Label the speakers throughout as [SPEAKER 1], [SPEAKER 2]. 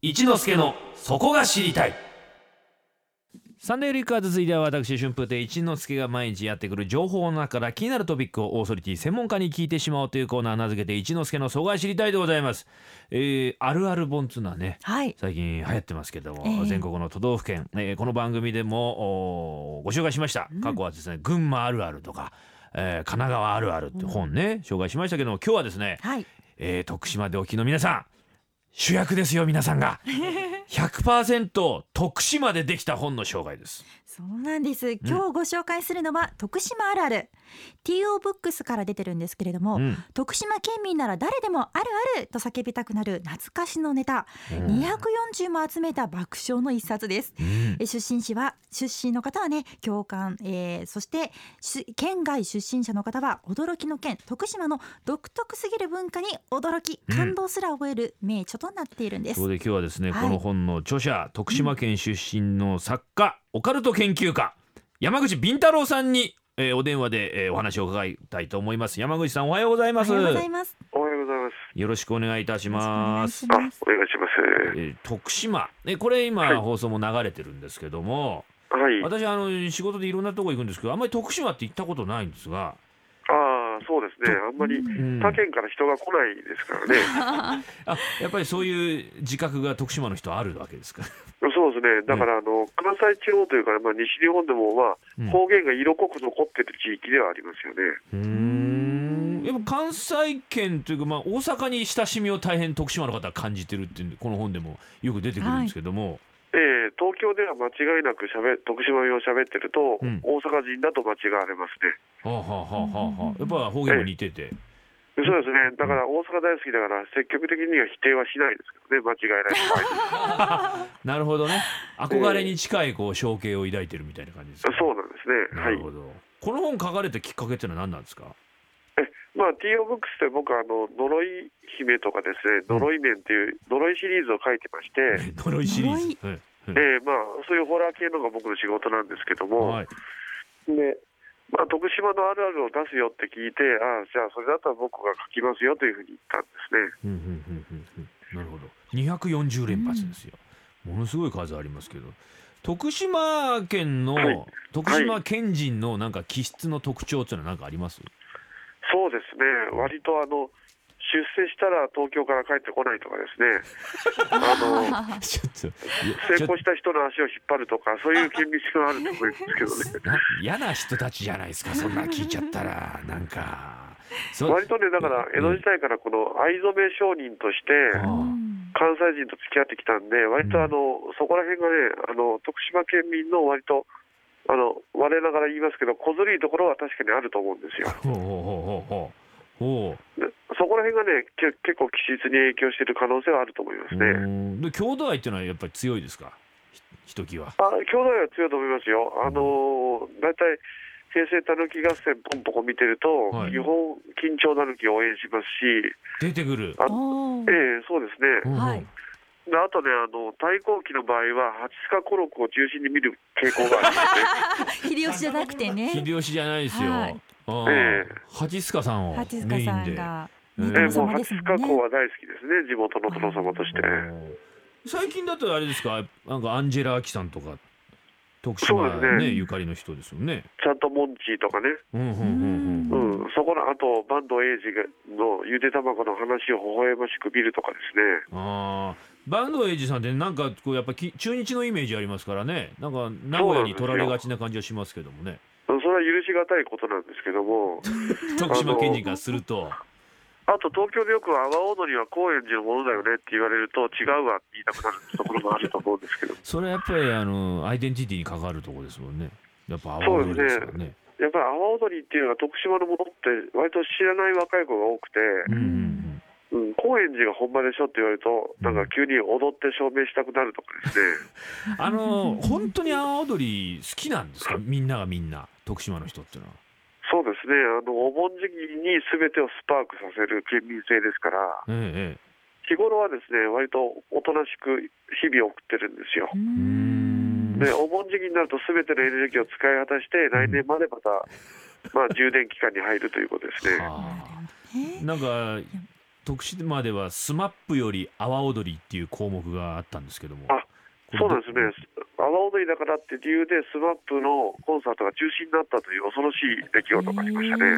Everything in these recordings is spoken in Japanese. [SPEAKER 1] 一之助のそこが知りたいサンデーリックは続いては私春風亭一之輔が毎日やってくる情報の中から気になるトピックをオーソリティ専門家に聞いてしまおうというコーナー名付けて一之輔のそこが知りたいでございます、えー、あるある本つうのはね
[SPEAKER 2] はい。
[SPEAKER 1] 最近流行ってますけども、
[SPEAKER 2] ええ
[SPEAKER 1] 全国の都道府県、えーこの番組でもおーご紹介しました過去はですね、群馬あるあるとか、えー神奈川あるあるって本ね、紹介しましたけども今日はですね、
[SPEAKER 2] はい。
[SPEAKER 1] えー徳島でお聞きの皆さん主役ですよ皆さんが100%徳島でできた本の紹介です
[SPEAKER 2] そうなんです。今日ご紹介するのは徳島あるある。T.O. ブックスから出てるんですけれども、
[SPEAKER 1] うん
[SPEAKER 2] 徳島県民なら誰でもあるあると叫びたくなる懐かしのネタ、240も集めた爆笑の一冊です。
[SPEAKER 1] うん
[SPEAKER 2] え出身地は出身の方はね共感、えーそしてし県外出身者の方は驚きの県徳島の独特すぎる文化に驚き
[SPEAKER 1] うん
[SPEAKER 2] 感動すら覚える名著となっているんです、
[SPEAKER 1] そこで今日はですね、
[SPEAKER 2] はい
[SPEAKER 1] この本の著者徳島県出身の作家、オカルト研究家山口敏太郎さんに、えーお電話で、えーお話を伺いたいと思います山口さんおはようござい
[SPEAKER 2] お
[SPEAKER 1] ま
[SPEAKER 2] は
[SPEAKER 1] す
[SPEAKER 2] ようございます
[SPEAKER 3] おはようございます。
[SPEAKER 1] よろしくお願いいたします
[SPEAKER 2] よ
[SPEAKER 3] あ
[SPEAKER 2] ろしくお願いし、
[SPEAKER 3] お願いします。
[SPEAKER 1] えー徳島えこれ今、
[SPEAKER 3] はい
[SPEAKER 1] 放送も流れてるんですけども
[SPEAKER 3] はい。
[SPEAKER 1] 私あの仕事でいろんなとこ行くんですけどあんまり徳島って行ったことないんですが、
[SPEAKER 3] ああ、そうですね。あんまり
[SPEAKER 1] うん
[SPEAKER 3] 他県から人が来ないですからね。
[SPEAKER 1] あやっぱりそういう自覚が徳島の人あるわけですか。
[SPEAKER 3] そうですね。だから、あの、関西地方というか、まあ、西日本でも、ま
[SPEAKER 1] うん
[SPEAKER 3] あ、方言が色濃く残ってる地域ではありますよね。
[SPEAKER 1] うーんやっぱ関西圏というか、まあ、大阪に親しみを大変徳島の方は感じてるっていうんでこの本でもよく出てくるんですけども、
[SPEAKER 3] えー東京では間違いなく喋、徳島弁を喋ってると、
[SPEAKER 1] うん
[SPEAKER 3] 大阪人だと間違われますね。
[SPEAKER 1] はあはあはあはあはあやっぱ方言も似てて、
[SPEAKER 3] そうですね。だから、大阪大好きだから、積極的には否定はしないですけどね、間違いない場合。
[SPEAKER 1] なるほどね憧れに近いこう象形を抱いてるみたいな感じですか、
[SPEAKER 3] そうなんですね。
[SPEAKER 1] な
[SPEAKER 3] はい
[SPEAKER 1] る。ほど、この本書かれたきっかけってのは何なんですか
[SPEAKER 3] まあ、T.O. ブックスで僕はあの呪い姫とかですね、
[SPEAKER 1] うん
[SPEAKER 3] 呪い面っていう呪いシリーズを書いてまして、
[SPEAKER 1] 呪いシリーズ、はい
[SPEAKER 3] えーまあ、そういうホラー系のが僕の仕事なんですけども、
[SPEAKER 1] はい、
[SPEAKER 3] でまあ、徳島のあるあるを出すよって聞いて、ああ、じゃあそれだったら僕が書きますよというふうに言ったんですね。
[SPEAKER 1] うんうんうんうんうんなるほど240連発ですよ、ものすごい数ありますけど徳島県の、
[SPEAKER 3] はい
[SPEAKER 1] 徳島県人のなんか気質の特徴っていうのは何かあります、
[SPEAKER 3] そうですね、割とあの出世したら東京から帰ってこないとかで すね、あの
[SPEAKER 1] ちょっといや
[SPEAKER 3] 成
[SPEAKER 1] ちょっ
[SPEAKER 3] 功した人の足を引っ張るとか、そういう厳密があると思うんですけどね。
[SPEAKER 1] とな嫌な人たちじゃないですかそんな聞いちゃったらなんかそ
[SPEAKER 3] 割とね、だから江戸時代からこの藍染め商人として、
[SPEAKER 1] あー
[SPEAKER 2] うん
[SPEAKER 3] 関西人と付き合ってきたんで、割とあの、そこら辺がね、あの徳島県民の割と、あの我ながら言いますけど、小ずるいところは確かにあると思うんですよ。
[SPEAKER 1] ほうほうほうほうほうほう
[SPEAKER 3] でそこら辺がね、け結構、気質に影響している可能性はあると思います
[SPEAKER 1] う
[SPEAKER 3] ね。
[SPEAKER 1] ーんで郷土愛っていうのはやっぱり強いですかひひときわ
[SPEAKER 3] あ兄弟は強いと思いますよ。あのー、大体平成たぬき合戦ポンポコ見てると、
[SPEAKER 1] はい
[SPEAKER 3] 基本、緊張たぬきを応援しますし、
[SPEAKER 1] 出てくる、
[SPEAKER 3] あ
[SPEAKER 2] おー
[SPEAKER 3] ええそうですね。
[SPEAKER 1] うんうん
[SPEAKER 2] はい
[SPEAKER 3] であとね、あの対抗期の場合は、8日コロクを中心に見る傾向がありますね。
[SPEAKER 2] 秀吉じゃなくてね
[SPEAKER 1] 秀吉じゃないですよ、
[SPEAKER 2] はい
[SPEAKER 1] あー
[SPEAKER 3] ええ
[SPEAKER 1] 八塚さんを
[SPEAKER 2] 八
[SPEAKER 1] メ
[SPEAKER 2] 塚
[SPEAKER 1] イ
[SPEAKER 2] さ
[SPEAKER 1] ン
[SPEAKER 2] ん
[SPEAKER 1] で
[SPEAKER 2] が
[SPEAKER 1] メインで
[SPEAKER 3] え
[SPEAKER 2] 殿
[SPEAKER 3] もう
[SPEAKER 2] 様
[SPEAKER 3] 八
[SPEAKER 2] ですも
[SPEAKER 3] 塚
[SPEAKER 2] ん
[SPEAKER 3] 港
[SPEAKER 2] ね
[SPEAKER 3] は大好きですね、地元の殿様として。
[SPEAKER 1] 最近だとあれですかなんかアンジェラ・アキさんとか徳島
[SPEAKER 3] そうです
[SPEAKER 1] ね
[SPEAKER 3] ね
[SPEAKER 1] ゆかりの人ですよね。
[SPEAKER 3] ちゃんとモンチーとかね、
[SPEAKER 1] うんうんうんうん
[SPEAKER 3] うん、そこのあと、坂東英二のゆで卵の話を微笑ましく見るとかですね、
[SPEAKER 1] あーバンドエイジさんってなんかこうやっぱき中日のイメージありますからねなんか名古屋に取られがちな感じはしますけどもね
[SPEAKER 3] それは許しがたいことなんですけども、
[SPEAKER 1] 徳島県人からすると
[SPEAKER 3] あと東京でよく阿波踊りは高円寺のものだよねって言われると、違うわって言いたくなるところもあると思うんですけど、
[SPEAKER 1] それはやっぱりあのアイデンティティに関わるところですもんねやっぱ阿波踊りですからね。
[SPEAKER 3] やっぱり阿波踊りっていうのは、徳島のものって、割と知らない若い子が多くて、
[SPEAKER 1] うんうんうん
[SPEAKER 3] うん、高円寺が本場でしょって言われると、なんか急に踊って証明したくなるとかですね。
[SPEAKER 1] あの本当に阿波踊り好きなんですかみんながみんな徳島の人っていうのは。
[SPEAKER 3] そうですね、あのお盆時期にすべてをスパークさせる県民性ですから、
[SPEAKER 1] ええ
[SPEAKER 3] 日頃はですね割とおとなしく日々を送ってるんですよ。
[SPEAKER 2] う
[SPEAKER 1] ええ、うーん
[SPEAKER 3] で、お盆時期になると、すべてのエネルギーを使い果たして、来年までまた、まあ、充電期間に入るということですね。
[SPEAKER 1] あ
[SPEAKER 2] ね
[SPEAKER 1] ーなんか徳島ではスマップより阿波踊りっていう項目があったんですけども
[SPEAKER 3] あそうなんですね
[SPEAKER 1] これど、
[SPEAKER 3] 阿波踊りだからって理由で、スマップのコンサートが中止になったという恐ろしい出来事がありましたね。
[SPEAKER 2] へ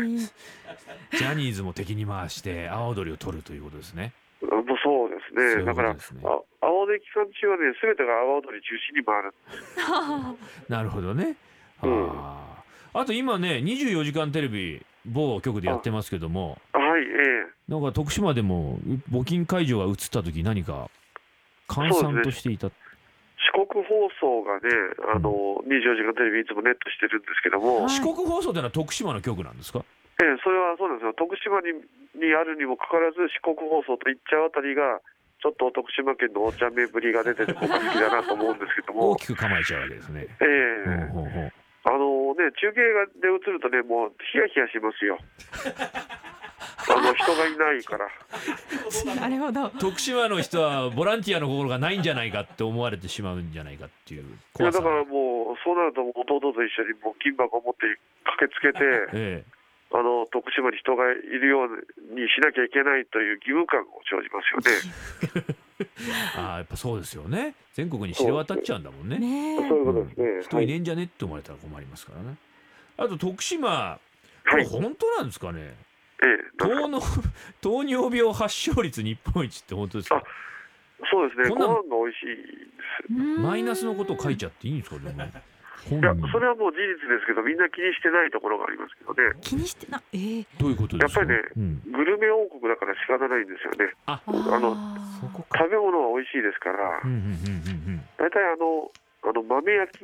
[SPEAKER 2] え
[SPEAKER 1] ジャニーズも敵に回して阿波踊りを取るということですね
[SPEAKER 3] もうそうです
[SPEAKER 1] そうい
[SPEAKER 3] ね、
[SPEAKER 1] う
[SPEAKER 3] だ
[SPEAKER 1] こ
[SPEAKER 3] から、
[SPEAKER 1] と
[SPEAKER 3] あ
[SPEAKER 1] ですね
[SPEAKER 3] 阿波踊り期間中はね、すべてが阿波踊り中心に回る、
[SPEAKER 1] なるほどね、
[SPEAKER 3] うん
[SPEAKER 1] あーあと今ね24時間テレビ某局でやってますけども
[SPEAKER 3] はい、え
[SPEAKER 1] なんか徳島でも募金会場が映った時何か閑
[SPEAKER 3] そう
[SPEAKER 1] 散
[SPEAKER 3] ですね
[SPEAKER 1] としていた、
[SPEAKER 3] え、四国放送がね、あの24時間テレビ、いつもネットしてるんですけども、
[SPEAKER 2] はい
[SPEAKER 1] 四国放送ってのは徳島の局なんですか
[SPEAKER 3] ええ、それはそうなんですよ、徳島ににあるにもかかわらず、四国放送と言っちゃうあたりが、ちょっと徳島県のお茶目ぶりが出てて、僕は好きだなと思うんですけど
[SPEAKER 1] 大
[SPEAKER 3] も、
[SPEAKER 1] きく構えちゃうわけですね、
[SPEAKER 3] え
[SPEAKER 1] ほうほ
[SPEAKER 3] え、
[SPEAKER 1] うほう
[SPEAKER 3] あのね、中継がで映るとね、もうヒヤヒヤします よ。あの人がいないから。
[SPEAKER 2] なるほど。
[SPEAKER 1] 徳島の人はボランティアの心がないんじゃないかって思われてしまうんじゃないかっていう
[SPEAKER 3] いや
[SPEAKER 1] 怖
[SPEAKER 3] だ
[SPEAKER 1] さ
[SPEAKER 3] からもう、そうなるともう弟と一緒にもう金箱を持って駆けつけて、
[SPEAKER 1] え
[SPEAKER 3] あの徳島に人がいるようにしなきゃいけないという義務感を生じますよね。
[SPEAKER 1] え、ああやっぱそうですよね全国に知れ渡っちゃうんだもんね
[SPEAKER 2] ねえ。
[SPEAKER 3] そういうことです
[SPEAKER 1] 人
[SPEAKER 3] ね。
[SPEAKER 1] いねえんじゃねって思われたら困りますからねあと徳島こ
[SPEAKER 3] はい、
[SPEAKER 1] れ
[SPEAKER 3] はい、
[SPEAKER 1] 本当なんですかね
[SPEAKER 3] ええなんか
[SPEAKER 1] 糖の 糖尿病発症率日本一って本当ですか
[SPEAKER 3] そうですね、
[SPEAKER 1] こ
[SPEAKER 3] ご
[SPEAKER 1] んなの
[SPEAKER 3] 飯が美味しいです。
[SPEAKER 1] マイナスのことを書い
[SPEAKER 2] ち
[SPEAKER 1] ちゃっていいんですかでも
[SPEAKER 3] いや、それはもう事実ですけど、みんな気にしてないところがありますけどね
[SPEAKER 2] ゃ。気にしてな。ええ。
[SPEAKER 1] どういうことですか
[SPEAKER 3] やっぱりね
[SPEAKER 1] うん、
[SPEAKER 3] グルメ王国だから仕方ないんですよね。
[SPEAKER 1] あ
[SPEAKER 2] あ
[SPEAKER 3] あの
[SPEAKER 1] そこか
[SPEAKER 3] 食べ物は美味しいですから
[SPEAKER 1] う、んうんうん
[SPEAKER 3] 大体あの、あの豆焼き、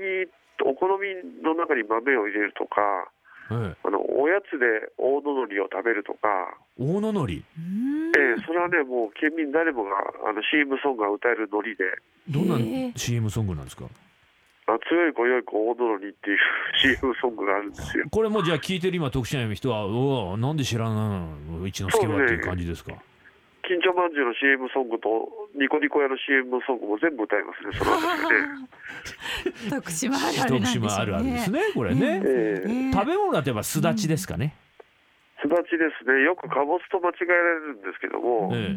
[SPEAKER 3] お好みの中に豆を入れるとか、
[SPEAKER 1] うんうん、ええ、
[SPEAKER 3] あのおやつで大ののりを食べるとか、
[SPEAKER 1] 大野のり
[SPEAKER 2] うーん
[SPEAKER 3] ええそれはね、もう県民誰もがあの CM ソングが歌えるのりで、
[SPEAKER 1] どん
[SPEAKER 2] へ
[SPEAKER 1] な
[SPEAKER 2] え
[SPEAKER 1] CM ソングなんですか
[SPEAKER 3] あ強い子、良い子、大ののりっていう CM ソングがあるんですよ。
[SPEAKER 1] これもじゃあ聞いてる今徳島の人はうわなんで知らないの一之輔はっていう感じですか
[SPEAKER 3] 緊張まんじゅうの CM ソングと、ニコニコ屋の CM ソングも全部歌いますね、その 私はね。
[SPEAKER 2] 徳島あるあるなん
[SPEAKER 1] 徳
[SPEAKER 2] でしょうね。
[SPEAKER 1] 島あるあるですねこれね、
[SPEAKER 3] ええ
[SPEAKER 2] ね
[SPEAKER 1] 食べ物だとやっぱすだちですかね、
[SPEAKER 3] すだちですね、よくかぼすと間違えられるんですけども、
[SPEAKER 1] え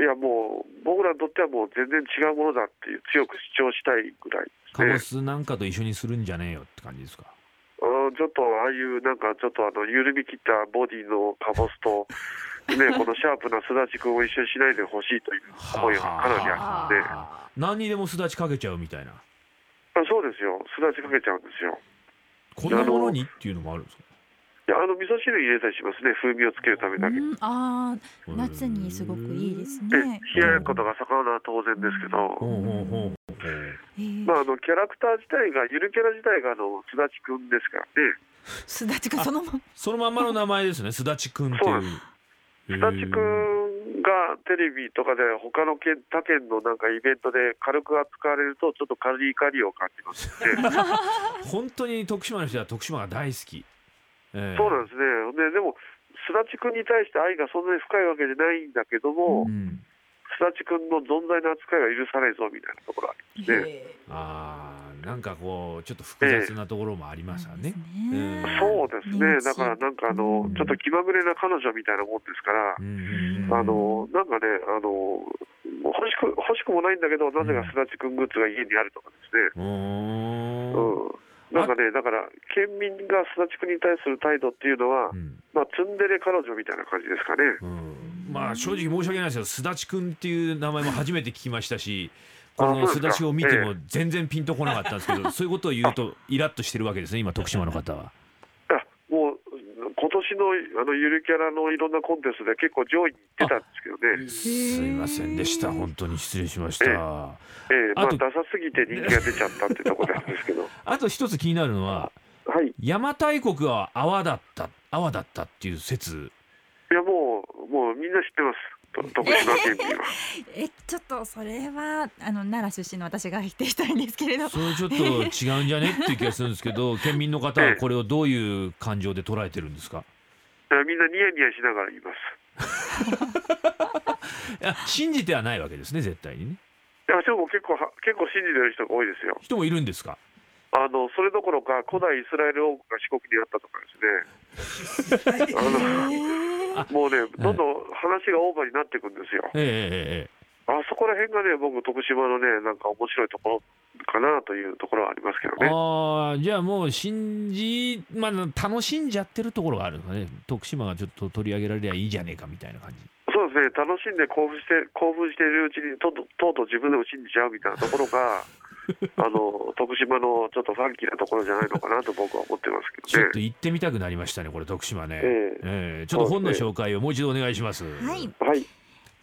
[SPEAKER 1] え
[SPEAKER 3] いやもう、僕らにとってはもう全然違うものだっていう、強く主張したいぐらいです
[SPEAKER 1] カ
[SPEAKER 3] ね。
[SPEAKER 1] ボスなんかと一緒にするんじゃねえよって感じですか
[SPEAKER 3] あのちょっとああいうなんかちょっとあの緩み切ったボディのカボ スと、ね、このシャープなすだちくんを一緒にしないでほしいという思いがかなりあるんで、
[SPEAKER 1] あ
[SPEAKER 3] あ
[SPEAKER 1] ー何にでもすだちかけちゃうみたいな
[SPEAKER 3] そうですよ、すだちかけちゃうんですよ。
[SPEAKER 1] こんなものにっていうのもあるんですか
[SPEAKER 3] いやあの味噌汁入れたりしますね、風味をつけるためだけ。
[SPEAKER 2] うんああ夏にすごくいいです
[SPEAKER 3] で
[SPEAKER 2] ね。
[SPEAKER 3] 冷ややっことが盛んなのは当然で
[SPEAKER 1] ほ
[SPEAKER 3] すけ
[SPEAKER 1] う
[SPEAKER 3] ど、
[SPEAKER 1] ほうほうほう
[SPEAKER 2] ええ
[SPEAKER 3] まあ、あのキャラクター自体が、ゆるキャラ自体があのすだちくんですからね、
[SPEAKER 2] すだちがそのまま。
[SPEAKER 1] そのまんまの名前ですねすだちくんっていう
[SPEAKER 3] すだちく
[SPEAKER 1] へ
[SPEAKER 3] んがテレビとかで、他の県他県のなんかイベントで軽く扱われると、ちょっと軽い怒りを感じま すね。
[SPEAKER 1] ー本当に徳島の人は徳島が大好き、ええ
[SPEAKER 3] そうなんですね。ねでも、すだちくんに対して愛がそんなに深いわけじゃないんだけども、
[SPEAKER 1] うん
[SPEAKER 3] すだちくんの存在の扱いは許さないぞみたいなところはありますね。
[SPEAKER 2] え
[SPEAKER 1] あーなんかこうちょっと複雑なところもありますわね、え
[SPEAKER 2] え
[SPEAKER 1] え
[SPEAKER 3] そうですね。
[SPEAKER 2] 認知
[SPEAKER 3] だからなんかあ
[SPEAKER 1] う
[SPEAKER 3] の
[SPEAKER 1] ん、
[SPEAKER 3] ちょっと気まぐれな彼女みたいなもんですから
[SPEAKER 1] う、んうんうん
[SPEAKER 3] あの、なんかね、あの、欲しく、欲しくもないんだけど、なぜかすだちくんグッズが家にあるとかですね。
[SPEAKER 1] うーん
[SPEAKER 3] うん。なんかね、だから、県民がすだちくんに対する態度っていうの
[SPEAKER 1] う、
[SPEAKER 3] は
[SPEAKER 1] ん
[SPEAKER 3] まあ、ツンデレ彼女みたいな感じですかね。
[SPEAKER 1] うんまあ正直申し訳ないですけどすだちくんっていう名前も初めて聞きましたしこの
[SPEAKER 3] あそ
[SPEAKER 1] す
[SPEAKER 3] うです
[SPEAKER 1] だち
[SPEAKER 3] か
[SPEAKER 1] を見て
[SPEAKER 3] え
[SPEAKER 1] も全然ピンとこなかったんですけどそういうことを言うとイラッとしてるわけですね今徳島の方は。
[SPEAKER 3] あもう今年のあのゆるキャラのいろんなコンテストで結構上位に出たんですけどね、
[SPEAKER 1] すいませんでした本当に失礼しまし
[SPEAKER 3] え
[SPEAKER 1] た。
[SPEAKER 3] ええま
[SPEAKER 1] あ
[SPEAKER 3] あ、
[SPEAKER 1] と
[SPEAKER 3] ダサすぎて人気が出ちゃったってとこなんです けど、
[SPEAKER 1] あと一つ気になるのは
[SPEAKER 3] はい、い
[SPEAKER 1] 邪馬台国は泡だった泡だったっていう説
[SPEAKER 3] やもう、もうみんな知ってます、と徳島県民は。
[SPEAKER 2] えちょっとそれはあの奈良出身の私が否定したいんですけれど。
[SPEAKER 1] それちょっと違うんじゃねっていう気がするんですけ ど県民の方はこれをどういう感情で捉えてるん ですか
[SPEAKER 3] いやみんなニヤニヤしながら言います。
[SPEAKER 1] いや信じてはないわけですね絶対にね。
[SPEAKER 3] いやでも結構は、結構信じてる人が多いですよ。
[SPEAKER 1] 人もいるんですか
[SPEAKER 3] あのそれどころか、古代イスラエル王国が四国にあったとかですね。あの
[SPEAKER 2] ええ
[SPEAKER 3] もうね、どんどん話がオーバーになっていくんですよ。
[SPEAKER 1] えええ
[SPEAKER 3] あそこら辺がね、僕、徳島のね、なんか面白いところかなというところはありますけど
[SPEAKER 1] えええ
[SPEAKER 3] ね。
[SPEAKER 1] ああじゃあもう信じまあ楽しんじゃってるところがあるのね徳島がちょっと取り上げられりゃいいじゃねえかみたいな感じ
[SPEAKER 3] そうですね、楽しんで興奮して、興奮しているうちにとうとう、とうとう自分でも信じちゃうみたいなところ が、あの徳島のちょっとファンキーなところじゃないのかなと僕は思ってますけ
[SPEAKER 1] ち
[SPEAKER 3] ど
[SPEAKER 1] ょっと
[SPEAKER 3] ね。
[SPEAKER 1] 行ってみたくなりましたねこれ徳島ね、
[SPEAKER 3] ええ
[SPEAKER 1] ええちょっと本の紹介をもう一度お願いします
[SPEAKER 2] はい
[SPEAKER 3] は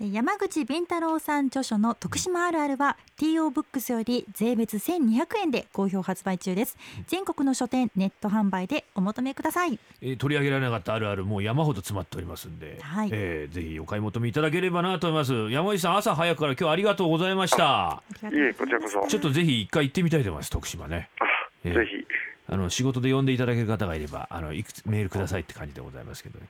[SPEAKER 3] い、
[SPEAKER 2] 山口敏太郎さん著書の「徳島あるある」は TO ブックスより税別1200円で好評発売中です全国の書店ネット販売でお求めください
[SPEAKER 1] えー取り上げられなかったあるあるもう山ほど詰まっておりますんで、
[SPEAKER 2] はい
[SPEAKER 1] えーぜひお買い求めいただければなと思います山口さん朝早くから今日ありがとうございました
[SPEAKER 2] ありがとうございます
[SPEAKER 3] いえこちらこそ
[SPEAKER 1] ちょっとぜひ一回行ってみたいと思います徳島ねええ
[SPEAKER 3] ぜひ。
[SPEAKER 1] あの仕事で呼んでいただける方がいればあのいくつメールくださいって感じでございますけど、ね、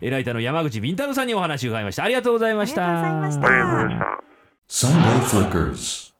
[SPEAKER 1] えライターの山口敏太郎さんにお話を伺いましたありがとうございました
[SPEAKER 2] ありがとうございました
[SPEAKER 3] ありがとうございました。
[SPEAKER 4] Sunday Flickers.